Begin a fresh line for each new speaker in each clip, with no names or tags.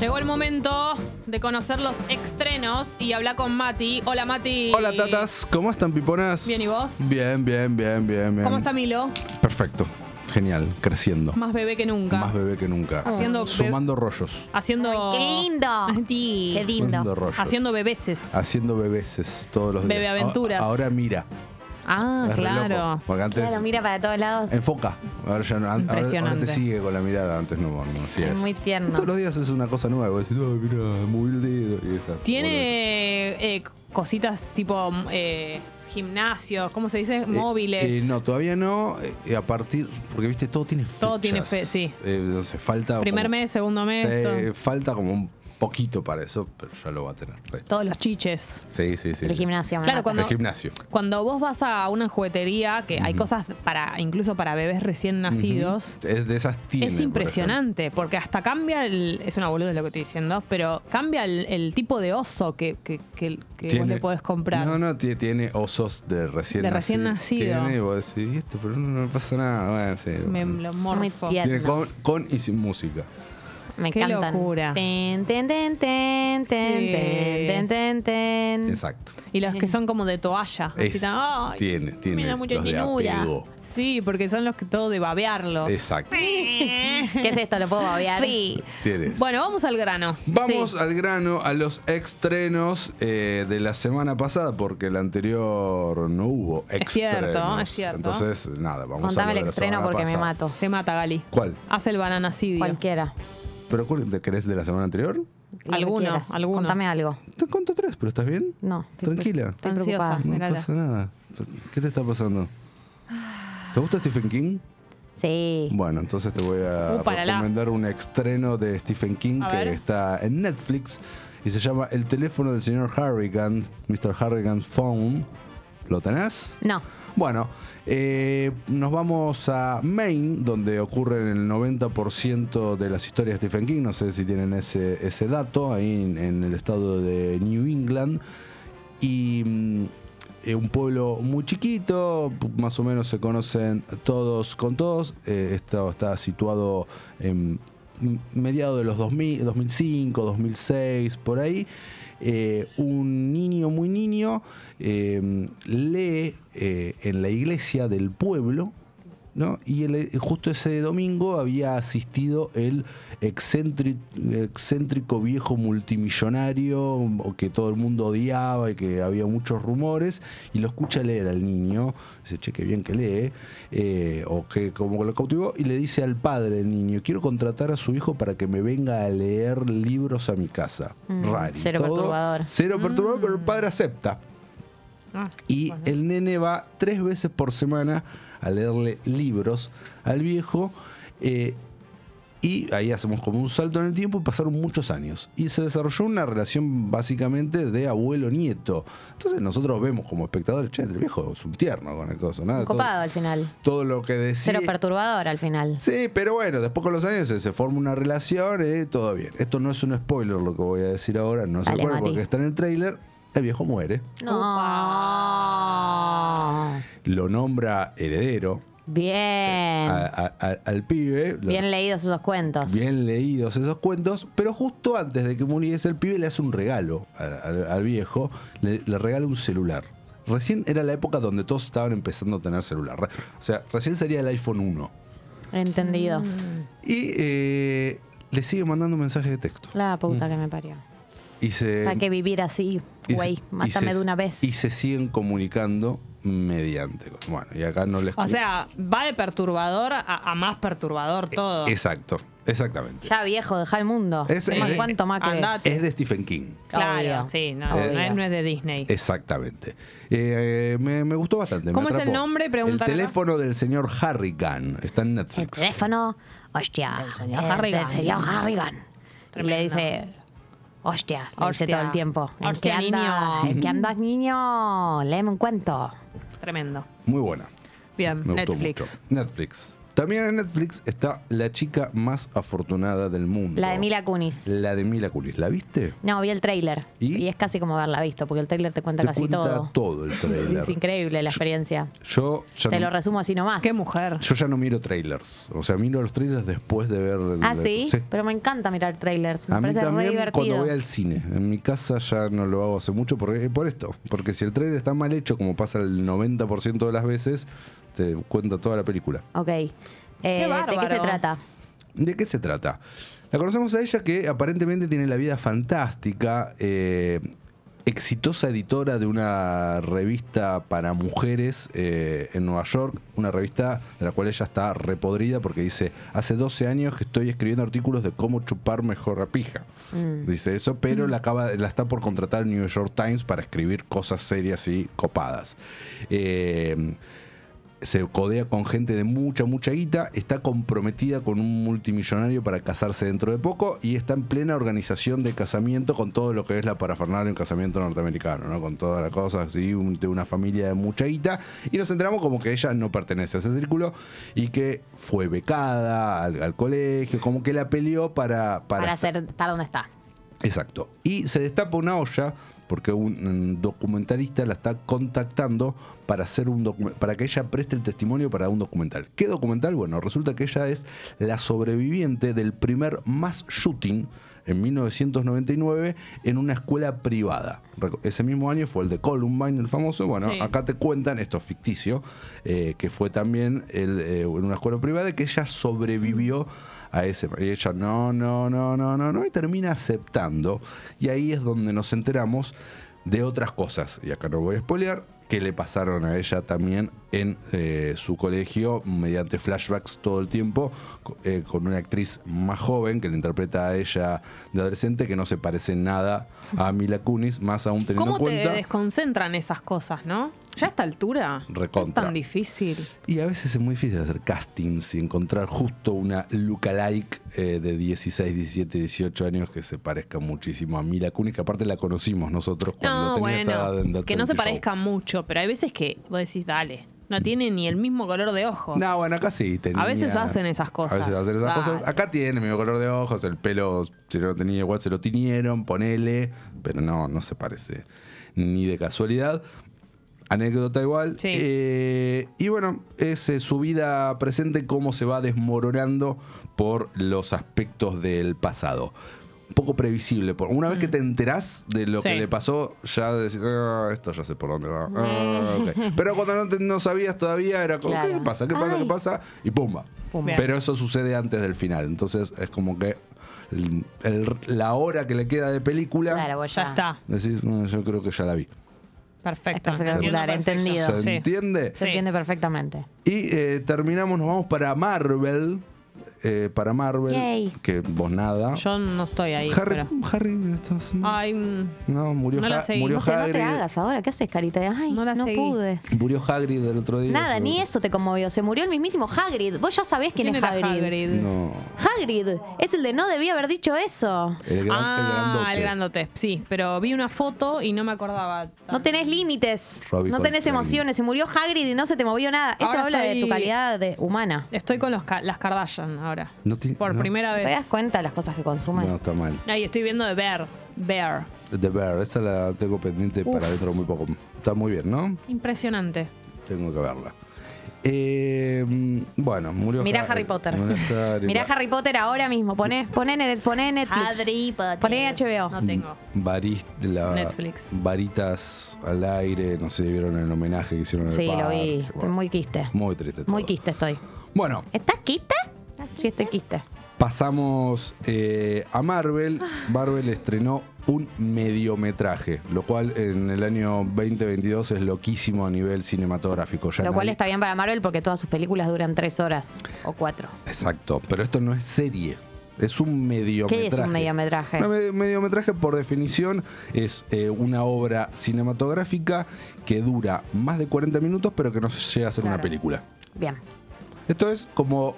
Llegó el momento de conocer los estrenos y hablar con Mati. Hola Mati.
Hola tatas, ¿cómo están piponas?
Bien, ¿y vos?
Bien, bien, bien, bien, bien.
¿Cómo está Milo?
Perfecto, genial, creciendo.
Más bebé que nunca.
Más bebé que nunca.
Haciendo
Sumando rollos.
Haciendo.
Ay, qué lindo.
Mati.
Qué lindo.
Sumando rollos.
Haciendo bebeses.
Haciendo bebeses todos los días.
Bebeaventuras.
A- Ahora mira.
Ah,
Es re
claro.
loco, porque antes
Claro, mira para todos lados.
enfoca. Ahora ya no, an- ahora- ahora
Impresionante.
te sigue con la mirada, antes no, no así
Es muy tierno.
Todos los días es una cosa nueva. Decís, oh, mira, moví el dedo", y esas boludeces.
Tiene eh, cositas tipo eh, gimnasios, ¿cómo se dice?
Eh,
Móviles.
eh, no, todavía no. eh, a partir, porque viste, todo tiene fechas.
Todo tiene fe- sí.
Eh, entonces falta.
Primer
como-
mes, segundo mes.
Sí,
todo.
falta como un poquito para eso, pero ya lo va a tener.
Todos los chiches.
Sí, sí, sí.
El gimnasio. me
Claro,
mata.
cuando-
El gimnasio.
Cuando vos vas a una juguetería, que hay cosas para, incluso para bebés recién nacidos,
Ujú. Es de esas tiendas.
es impresionante, porque hasta cambia el. Es una boluda lo que estoy diciendo, pero cambia el, el tipo de oso que, que, que- que vos le podés comprar.
No, no, tie- tiene, osos de recién
De recién nacido.
Tiene, y vos decís, "¿Y esto, pero no, no pasa nada. Bueno, sí.
Me
bueno.
lo morfo.
Muy tierno.
Tiene con, con y sin música.
Me
Qué
encantan.
locura.
Ten, ten, ten, ten, ten,
Sí.
ten, ten, ten, ten.
Exacto.
Y los que son como de toalla. así
Es-
tan, "Ay,
tiene- tiene
mira, mucha
los de
ternura".
apego.
Sí, porque son los que todo de babearlos.
Exacto.
¿Qué es esto? ¿Lo puedo babear?
Sí.
Tienes.
Bueno, vamos al grano.
Vamos
Sí.
al grano, a los estrenos eh, de la semana pasada, porque el anterior no hubo
Es
estrenos.
cierto, es cierto.
Entonces, nada, vamos a
Contame
hablar
el
de la
estreno
semana
porque me
pasada.
mato.
Se mata Gali.
¿Cuál?
Hace el bananicidio.
Cualquiera.
¿Pero cuál te querés de la semana anterior?
Lo que
Alguno,
quieras.
alguno.
Contame algo.
Te cuento tres, pero ¿estás bien?
No. estoy-
Tranquila.
Estoy
Ansiosa.
preocupada.
No
mírala.
pasa nada. ¿Qué te está pasando? ¿Te gusta Stephen King?
Sí.
Bueno, entonces te voy a
Uh, paralá.
recomendar un estreno de Stephen King
A
que
ver.
está en Netflix y se llama El teléfono del señor Harrigan, Mr. Harrigan's Phone. ¿Lo tenés?
No.
Bueno, eh, nos vamos a Maine, donde ocurren el 90% de las historias de Stephen King. No sé si tienen ese, ese dato ahí en, en el estado de New England. Y mm, eh, un pueblo muy chiquito, más o menos se conocen todos con todos. Eh, esto está situado en mediados de los 2000, 2005, 2006, por ahí. Eh, un niño muy niño eh, lee eh, en la iglesia del pueblo, ¿no? Y el- eh, justo ese domingo había asistido el excéntri- excéntrico viejo multimillonario o que todo el mundo odiaba y que había muchos rumores y lo escucha leer al niño. Dice, che, qué bien que lee. eh, o que como lo cautivó y le dice al padre del niño, quiero contratar a su hijo para que me venga a leer libros a mi casa.
Mm,
Rari,
cero
todo.
perturbador. Mm.
Cero perturbador, pero el padre acepta.
Ah,
Y el nene va tres veces por semana a leerle libros al viejo. eh, y ahí hacemos como un salto en el tiempo y pasaron muchos años. Y se desarrolló una relación básicamente de abuelo-nieto. Entonces nosotros vemos como espectadores, che, el viejo es un tierno con el coso, nada. Todo,
Copado al final.
todo lo que decía.
Cero perturbador al final.
Sí, pero bueno, después con los años se, se forma una relación, eh, todo bien. Esto no es un spoiler lo que voy a decir ahora, no se
Dale,
acuerdan
Mati.
porque está en el trailer. El viejo muere,
No.
lo nombra heredero
Bien.
a- a- a- al pibe. Ah, lo-
Bien leídos esos cuentos.
bien leídos esos cuentos, pero justo antes de que muriese el pibe le hace un regalo al, al- al viejo, le, le regala un celular. Recién era la época donde todos estaban empezando a tener celular. Re- O sea, recién sería el iPhone 1.
Entendido.
Mm.
Y eh, le sigue mandando mensajes de texto.
La puta que me parió.
Y se,
Hay que vivir así,
Em, y se-
güey.
y
Mátame
se-
de una vez.
Y se siguen comunicando mediante. Bueno, y acá no les
O sea, va de perturbador a, a más perturbador
E-
todo.
Exacto, exactamente.
Ya viejo, deja el mundo.
Es- eh,
Toma,
es-
¿Cuánto más crees?
andate.
Es de Stephen King.
claro,
Obvio.
sí, no,
Obvio.
no es, no es de Disney.
Exactamente. Eh, me, me gustó bastante. me
¿Cómo es el
atrapó.
nombre? Preguntan
El
acá.
teléfono del señor Harrigan. Está en
El
Netflix.
teléfono, hostia. El
señor Harrigan.
El señor Harrigan. Y le
Tremendo.
dice, hostia, le dice
Hostia.
todo el tiempo. ¿En qué
Hostia,
andas?
niño.
¿En qué andas, niño? Léeme un cuento.
Tremendo.
Muy buena.
Bien,
Me gustó
Netflix.
mucho. Netflix. También en Netflix está La chica más afortunada del mundo.
La de Mila Kunis.
La de Mila Kunis. ¿La viste?
No, vi el tráiler.
¿Y?
¿Y? es casi como haberla visto, porque el tráiler te cuenta
Te
casi
cuenta
todo.
el
Sí,
trailer.
es increíble la experiencia.
Yo ya
Te
no-
lo resumo así nomás.
Qué mujer.
Yo ya no miro trailers. O sea, miro los trailers después de ver. el-
Ah, ¿sí? Pero me encanta mirar trailers. Me
A mí
parece re
también
divertido.
cuando voy al cine. En mi casa ya no lo hago hace mucho porque, por esto. Porque si el trailer está mal hecho, como pasa el 90% de las veces, te cuenta toda la película.
Ok. Eh, ¿De qué se
bárbaro.
trata?
¿De qué se trata? La conocemos a ella que aparentemente tiene la vida fantástica, eh, exitosa editora de una revista para mujeres eh, en Nueva York, una revista de la cual ella está repodrida porque dice, hace 12 años que estoy escribiendo artículos de cómo chupar mejor la pija. Dice eso, pero la, acaba, la está por contratar el New York Times para escribir cosas serias y copadas. Eh, se codea con gente de mucha, mucha guita, está comprometida con un multimillonario para casarse dentro de poco y está en plena organización de casamiento con todo lo que es la parafernalia de un casamiento norteamericano, ¿no? Con todas las cosas así, un- de una familia de mucha guita. Y nos enteramos como que ella no pertenece a ese círculo y que fue becada al, al colegio, como que la peleó para...
Para,
estar-
hacer estar donde está.
Exacto. Y se destapa una olla porque un, mm, documentalista la está contactando para hacer un docu- para que ella preste el testimonio para un documental. ¿Qué documental? Bueno, resulta que ella es la sobreviviente del primer mass shooting en 1999 en una escuela privada. Reco- Ese mismo año fue el de Columbine, el famoso. Bueno,
Sí.
acá te cuentan, esto es ficticio, eh, que fue también el, eh, en una escuela privada y que ella sobrevivió a ese. Y ella, no, no, no, no, no, no, y termina aceptando. Y ahí es donde nos enteramos de otras cosas, y acá no voy a spoilear, que le pasaron a ella también en eh, su colegio mediante flashbacks todo el tiempo, co- eh, con una actriz más joven que le interpreta a ella de adolescente, que no se parece en nada a Mila Kunis, más aún teniendo
¿Cómo
en cuenta...
te desconcentran esas cosas, no? Ya a esta altura es
Recontra.
tan difícil.
Y a veces es muy difícil hacer castings y encontrar justo una lookalike eh, de 16, 17, 18 años que se parezca muchísimo a Mila Kunis, que aparte la conocimos nosotros cuando
No,
tenía esa edad en
bueno,
That
que no se
70 Show.
parezca mucho, pero hay veces que vos decís, dale, no tiene ni el mismo color de ojos.
No, bueno, acá sí tenía.
A veces hacen esas cosas.
A veces hacen
Dale.
esas cosas. Acá tiene el mismo color de ojos, el pelo, si no lo tenía igual, se lo tiñeron, ponele, pero no, no se parece ni de casualidad. Anécdota igual.
Sí.
Eh, y bueno, es eh, su vida presente, cómo se va desmoronando por los aspectos del pasado. Un poco previsible. por- Una vez que te enterás de lo
Mm. Sí. Mm.
que le pasó, ya decís, "Ah, esto ya sé por dónde va. Ah, ok". Pero cuando no, te- no sabías todavía, era como,
Claro.
¿qué pasa? ¿Qué pasa? ¿Qué
Ay.
pasa? Y pumba.
Pumba.
Pero eso sucede antes del final. Entonces es como que el- el- la hora que le queda de película,
Claro, pues voy
Ya está,
decís, "Bueno, yo creo que ya la vi.
perfecto.
Espectacular,
Entiendo
entendido.
perfecto.
¿Se
Sí.
entiende?
Sí.
Se entiende perfectamente.
Y eh, terminamos, nos vamos para Marvel. eh, para Marvel,
Yay.
que vos nada.
Yo no estoy ahí.
Harry,
pero-
Harry, estás-
Ay, mm,
no, murió,
no la
Ha-
seguí.
murió
No
No te, no
Hagrid.
te hagas ahora. ¿Qué haces, carita? de, Ay,
No
no,
la seguí.
pude.
Murió Hagrid del otro día.
Nada,
se-
ni eso te conmovió. Se murió el mismísimo Hagrid. Vos ya sabés quién, es
era
Hagrid. Hagrid.
No.
Es el de no debía haber dicho eso.
El, gran, el
ah,
grandote.
el grandote, sí. Pero vi una foto y no me acordaba. tanto.
No tenés límites.
Robbie
No tenés
Coltrane.
emociones. Se murió Hagrid y no se te movió nada. Eso
Ahora
habla de
estoy-
tu calidad de humana.
Estoy con los, Ka- las Kardashian ahora.
No ti-
Por
no.
primera
¿Te
vez.
das cuenta de las cosas que consumen?
No, está mal.
Ay, estoy viendo de Bear. Bear.
The Bear, esa la tengo pendiente para dentro de muy poco. Está muy bien, ¿no?
Impresionante.
Tengo que verla. Eh, bueno, murió
Mirá
Har-
Harry Potter.
murió Harry.
Mirá
Ba-
Harry Potter ahora mismo. Poné, poné, Net- poné Netflix. Potter. Poné HBO.
No tengo.
Baris- la-
Netflix.
Varitas al aire, no sé, vieron el homenaje que hicieron en
Sí,
el
lo vi.
parque.
Estoy
Bueno,
muy quiste.
muy triste. todo.
Muy quiste estoy.
Bueno,
¿Estás quiste? Sí, estoy quiste.
Pasamos eh, a Marvel.
Ah.
Marvel estrenó un mediometraje, lo cual en el año 2022 es loquísimo a nivel cinematográfico. Ya
Lo cual
nadie-
está bien para Marvel porque todas sus películas duran tres horas o cuatro.
Exacto, pero esto no es serie. Es un mediometraje.
¿Qué es un mediometraje?
Un me- mediometraje, por definición, es eh, una obra cinematográfica que dura más de 40 minutos, pero que no se llega a ser una
Claro.
película.
Bien.
Esto es como.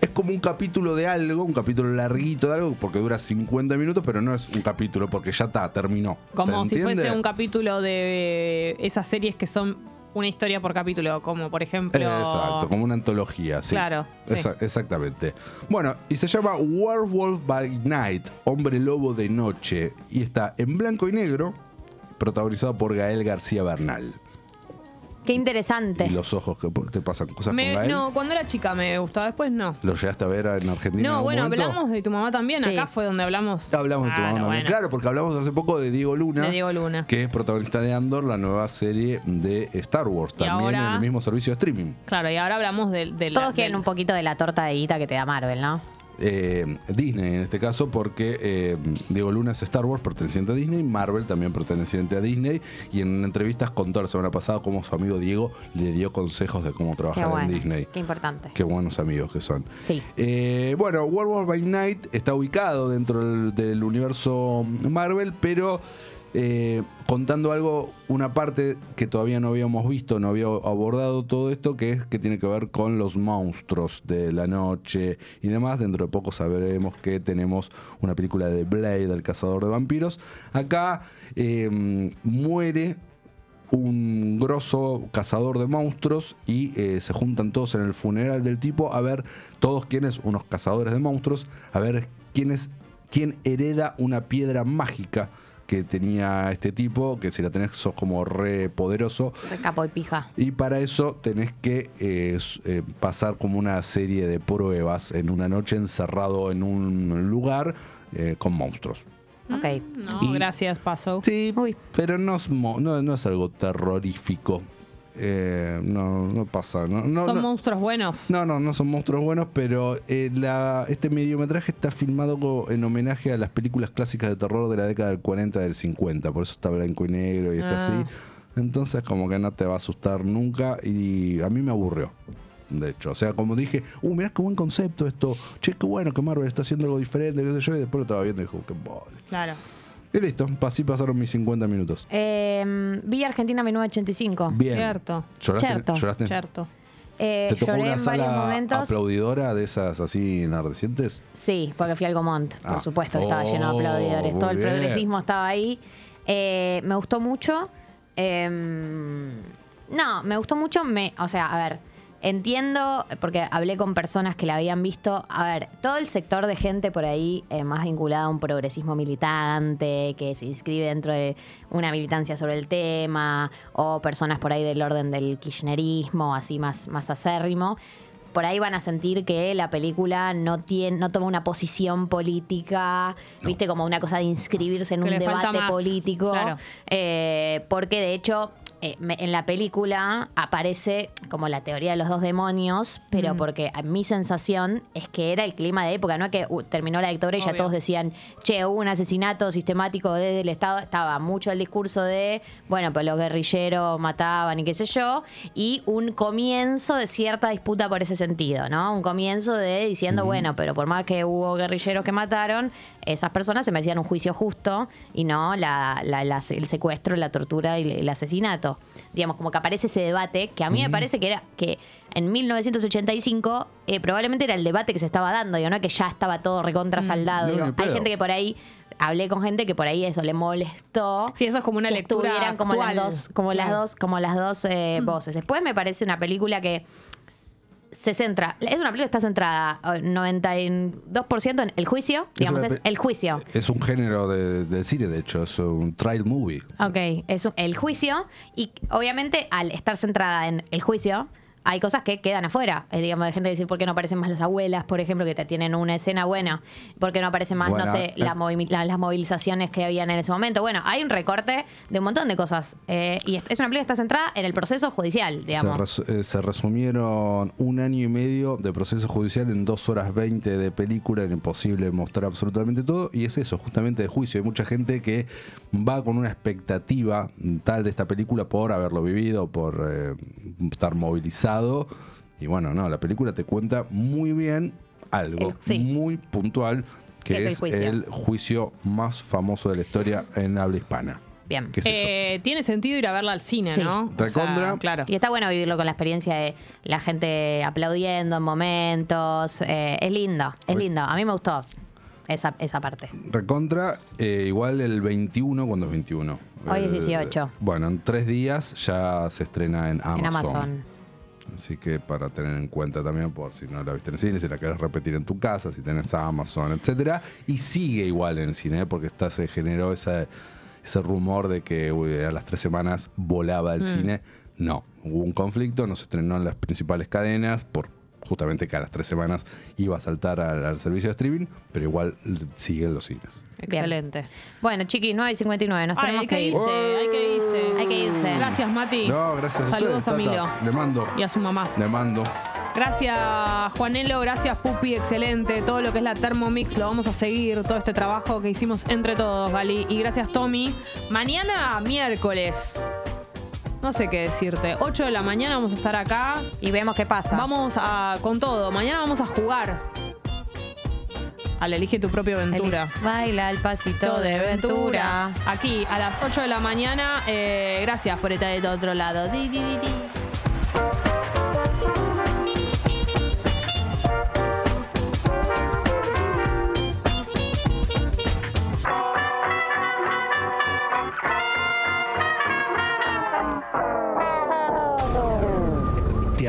Es como un capítulo de algo, un capítulo larguito de algo, porque dura 50 minutos, pero no es un capítulo, porque ya está, terminó.
Como
¿Se
si fuese
entiende?
un capítulo de esas eh, series que son una historia por capítulo, como por ejemplo.
Exacto, como una antología, sí.
Claro, sí.
Esa- exactamente. Bueno, y se llama Werewolf by Night, Hombre Lobo de Noche. Y está en blanco y negro, protagonizado por Gael García Bernal.
Qué interesante.
Y los ojos que po- te pasan cosas
Me-
con Gael.
no, cuando era chica me gustaba, después no.
¿Lo llegaste a ver en Argentina? en
No,
algún
bueno,
momento?
hablamos de tu mamá también.
Sí.
Acá fue donde hablamos.
Hablamos de tu
Claro,
mamá también.
bueno.
Claro, porque hablamos hace poco de Diego Luna.
De Diego Luna.
Que es protagonista de Andor, la nueva serie de Star Wars.
Y
También
ahora-
en el mismo servicio de streaming.
Claro, y ahora hablamos del. del-
Todos quieren
del-
un poquito de la torta de guita que te da Marvel, ¿no?
eh, Disney en este caso, porque eh, Diego Luna es Star Wars perteneciente a Disney, Marvel también perteneciente a Disney, y en entrevistas contó la semana pasada cómo su amigo Diego le dio consejos de cómo
Qué
trabajar
bueno.
en Disney.
Qué importante.
Qué buenos amigos que son.
Sí.
Eh, bueno, World War by Night está ubicado dentro del, del universo Marvel, pero eh, contando algo, una parte que todavía no habíamos visto, no había abordado todo esto, que es que tiene que ver con los monstruos de la noche y demás. Dentro de poco sabremos que tenemos una película de Blade, el cazador de vampiros. Acá eh, muere un grosso cazador de monstruos y eh, se juntan todos en el funeral del tipo a ver todos quienes, unos cazadores de monstruos, a ver quién es, quién hereda una piedra mágica que tenía este tipo, que si la tenés sos como re poderoso.
Capo y pija.
Y para eso tenés que eh, s- eh, pasar como una serie de pruebas en una noche encerrado en un lugar eh, con monstruos.
Ok.
No,
Y-
gracias, paso.
Sí,
Uy.
pero no es, mo- no, no es algo terrorífico. Eh, no, no pasa. No, no,
Son
no-
monstruos buenos.
no, no, no son monstruos buenos, pero eh, la- este mediometraje está filmado co- en homenaje a las películas clásicas de terror de la década del 40 del 50. Por eso está blanco y negro y está
Ah.
así. Entonces, como que no te va a asustar nunca. Y a mí me aburrió. De hecho, o sea, como dije, uh, mirá qué buen concepto esto. Che, qué bueno que Marvel está haciendo algo diferente, qué sé yo. Y después lo estaba viendo y dije, "Uh, qué bola.
Claro.
Y listo, así pasaron mis 50 minutos.
Eh, vi Argentina 1985.
Bien.
Cierto.
¿Lloraste?
Cierto.
¿Lloraste?
Cierto.
Eh,
¿Te tocó
lloré
una
en varios
sala
momentos.
aplaudidora de esas así enardecientes?
Sí, porque fui al Gomont,
Ah.
por supuesto, que estaba lleno
Oh,
de aplaudidores. Todo el
muy bien.
progresismo estaba ahí. Eh, me gustó mucho. Eh, no, me gustó mucho. Me, o sea, a ver, entiendo, porque hablé con personas que la habían visto. A ver, todo el sector de gente por ahí eh, más vinculada a un progresismo militante, que se inscribe dentro de una militancia sobre el tema, o personas por ahí del orden del kirchnerismo, así más, más acérrimo por ahí van a sentir que la película no tiene, no toma una posición política, viste, como una cosa de inscribirse en
Que
un
le falta
debate
más,
político.
claro.
Eh, porque de hecho, eh, me- en la película aparece como la teoría de los dos demonios,
Mm.
pero porque a- mi sensación es que era el clima de época, ¿no? Que uh, terminó la dictadura y ya
Obvio.
todos decían, che, hubo un asesinato sistemático desde el Estado. Estaba mucho el discurso de, bueno, pues los guerrilleros mataban y qué sé yo, y un comienzo de cierta disputa por ese sentido, ¿no? Un comienzo de diciendo, bueno, pero por más que hubo guerrilleros que mataron, esas personas se merecían un juicio justo y no la- la- la- el secuestro, la tortura y el, el asesinato. Digamos, como que aparece ese debate que a mí me parece que era que en 1985 eh, probablemente era el debate que se estaba dando, digo, ¿no? Que ya estaba todo recontra saldado.
No,
digo.
ni
Hay
pedo.
gente que por ahí, hablé con gente que por ahí eso le molestó
Sí, eso es como una
que
lectura.
estuvieran como las
actual.
dos, como las
Claro. Mm.
dos, como las dos eh, voces. Después me parece una película que se centra, es una película que está centrada eh, 92% en el juicio, digamos,
una
es
pe-
el juicio.
Es un género de, del cine, de hecho, es un trial movie.
Ok, es un- el juicio y obviamente al estar centrada en el juicio hay cosas que quedan afuera. Eh, digamos, hay gente que dice, ¿por qué no aparecen más las abuelas, por ejemplo, que te tienen una escena buena? ¿Por qué no aparecen más,
Bueno,
no sé,
eh.
la movi- la- las movilizaciones que habían en ese momento? Bueno, hay un recorte de un montón de cosas. eh, y es es una película que está centrada en el proceso judicial,
Se,
digamos.
resu- eh, se resumieron un año y medio de proceso judicial en dos horas 20 de película, era imposible mostrar absolutamente todo, y es eso, justamente de juicio. Hay mucha gente que va con una expectativa tal de esta película por haberlo vivido, por eh, estar movilizado, y bueno, no, la película te cuenta muy bien algo
El- sí.
muy puntual, que
Que es el
es,
juicio.
el juicio más famoso de la historia en habla hispana.
Bien.
¿Qué es eso?
Eh, tiene sentido ir a verla al cine,
Sí.
¿no? O sea,
Recontra.
claro.
Y está bueno vivirlo con la experiencia de la gente aplaudiendo en momentos. eh, es lindo, es
Re-
lindo. A mí me gustó. esa, esa parte.
Recontra, eh, igual el 21, cuando es 21?
Hoy es
Eh,
18.
bueno, en tres días ya se estrena en Amazon.
En Amazon.
Así que para tener en cuenta también, por si no la viste en el cine, si la querés repetir en tu casa, si tenés Amazon, etcétera Y sigue igual en el cine, ¿eh? porque está, se generó esa, ese rumor de que uy, a las tres semanas volaba
Mm.
el cine. No, hubo un conflicto, no se estrenó en las principales cadenas, por justamente que a las tres semanas iba a saltar al, al servicio de streaming, pero igual siguen los cines.
Excelente.
Bueno, chiquis, 9 y 59, nos
Ay,
tenemos
hay que
ir.
irse, hay que irse.
Hay que irse.
Gracias, Mati.
No, gracias a
Saludos a,
ustedes,
Milo.
tatas. Le mando,
Y a su mamá.
le mando.
Gracias, Juanelo. Gracias, Pupi. Excelente. Todo lo que es la Thermomix lo vamos a seguir. Todo este trabajo que hicimos entre todos, Gali. Y gracias, Tommy. Mañana, miércoles. No sé qué decirte. 8 de la mañana vamos a estar acá.
Y vemos qué pasa.
Vamos a con todo. Mañana vamos a jugar. Al elige tu propia aventura.
Eli- Baila el pasito de Ventura.
Aquí, a las 8 de la mañana. Eh, gracias por estar de todo otro lado. Di, di, di, di.
Te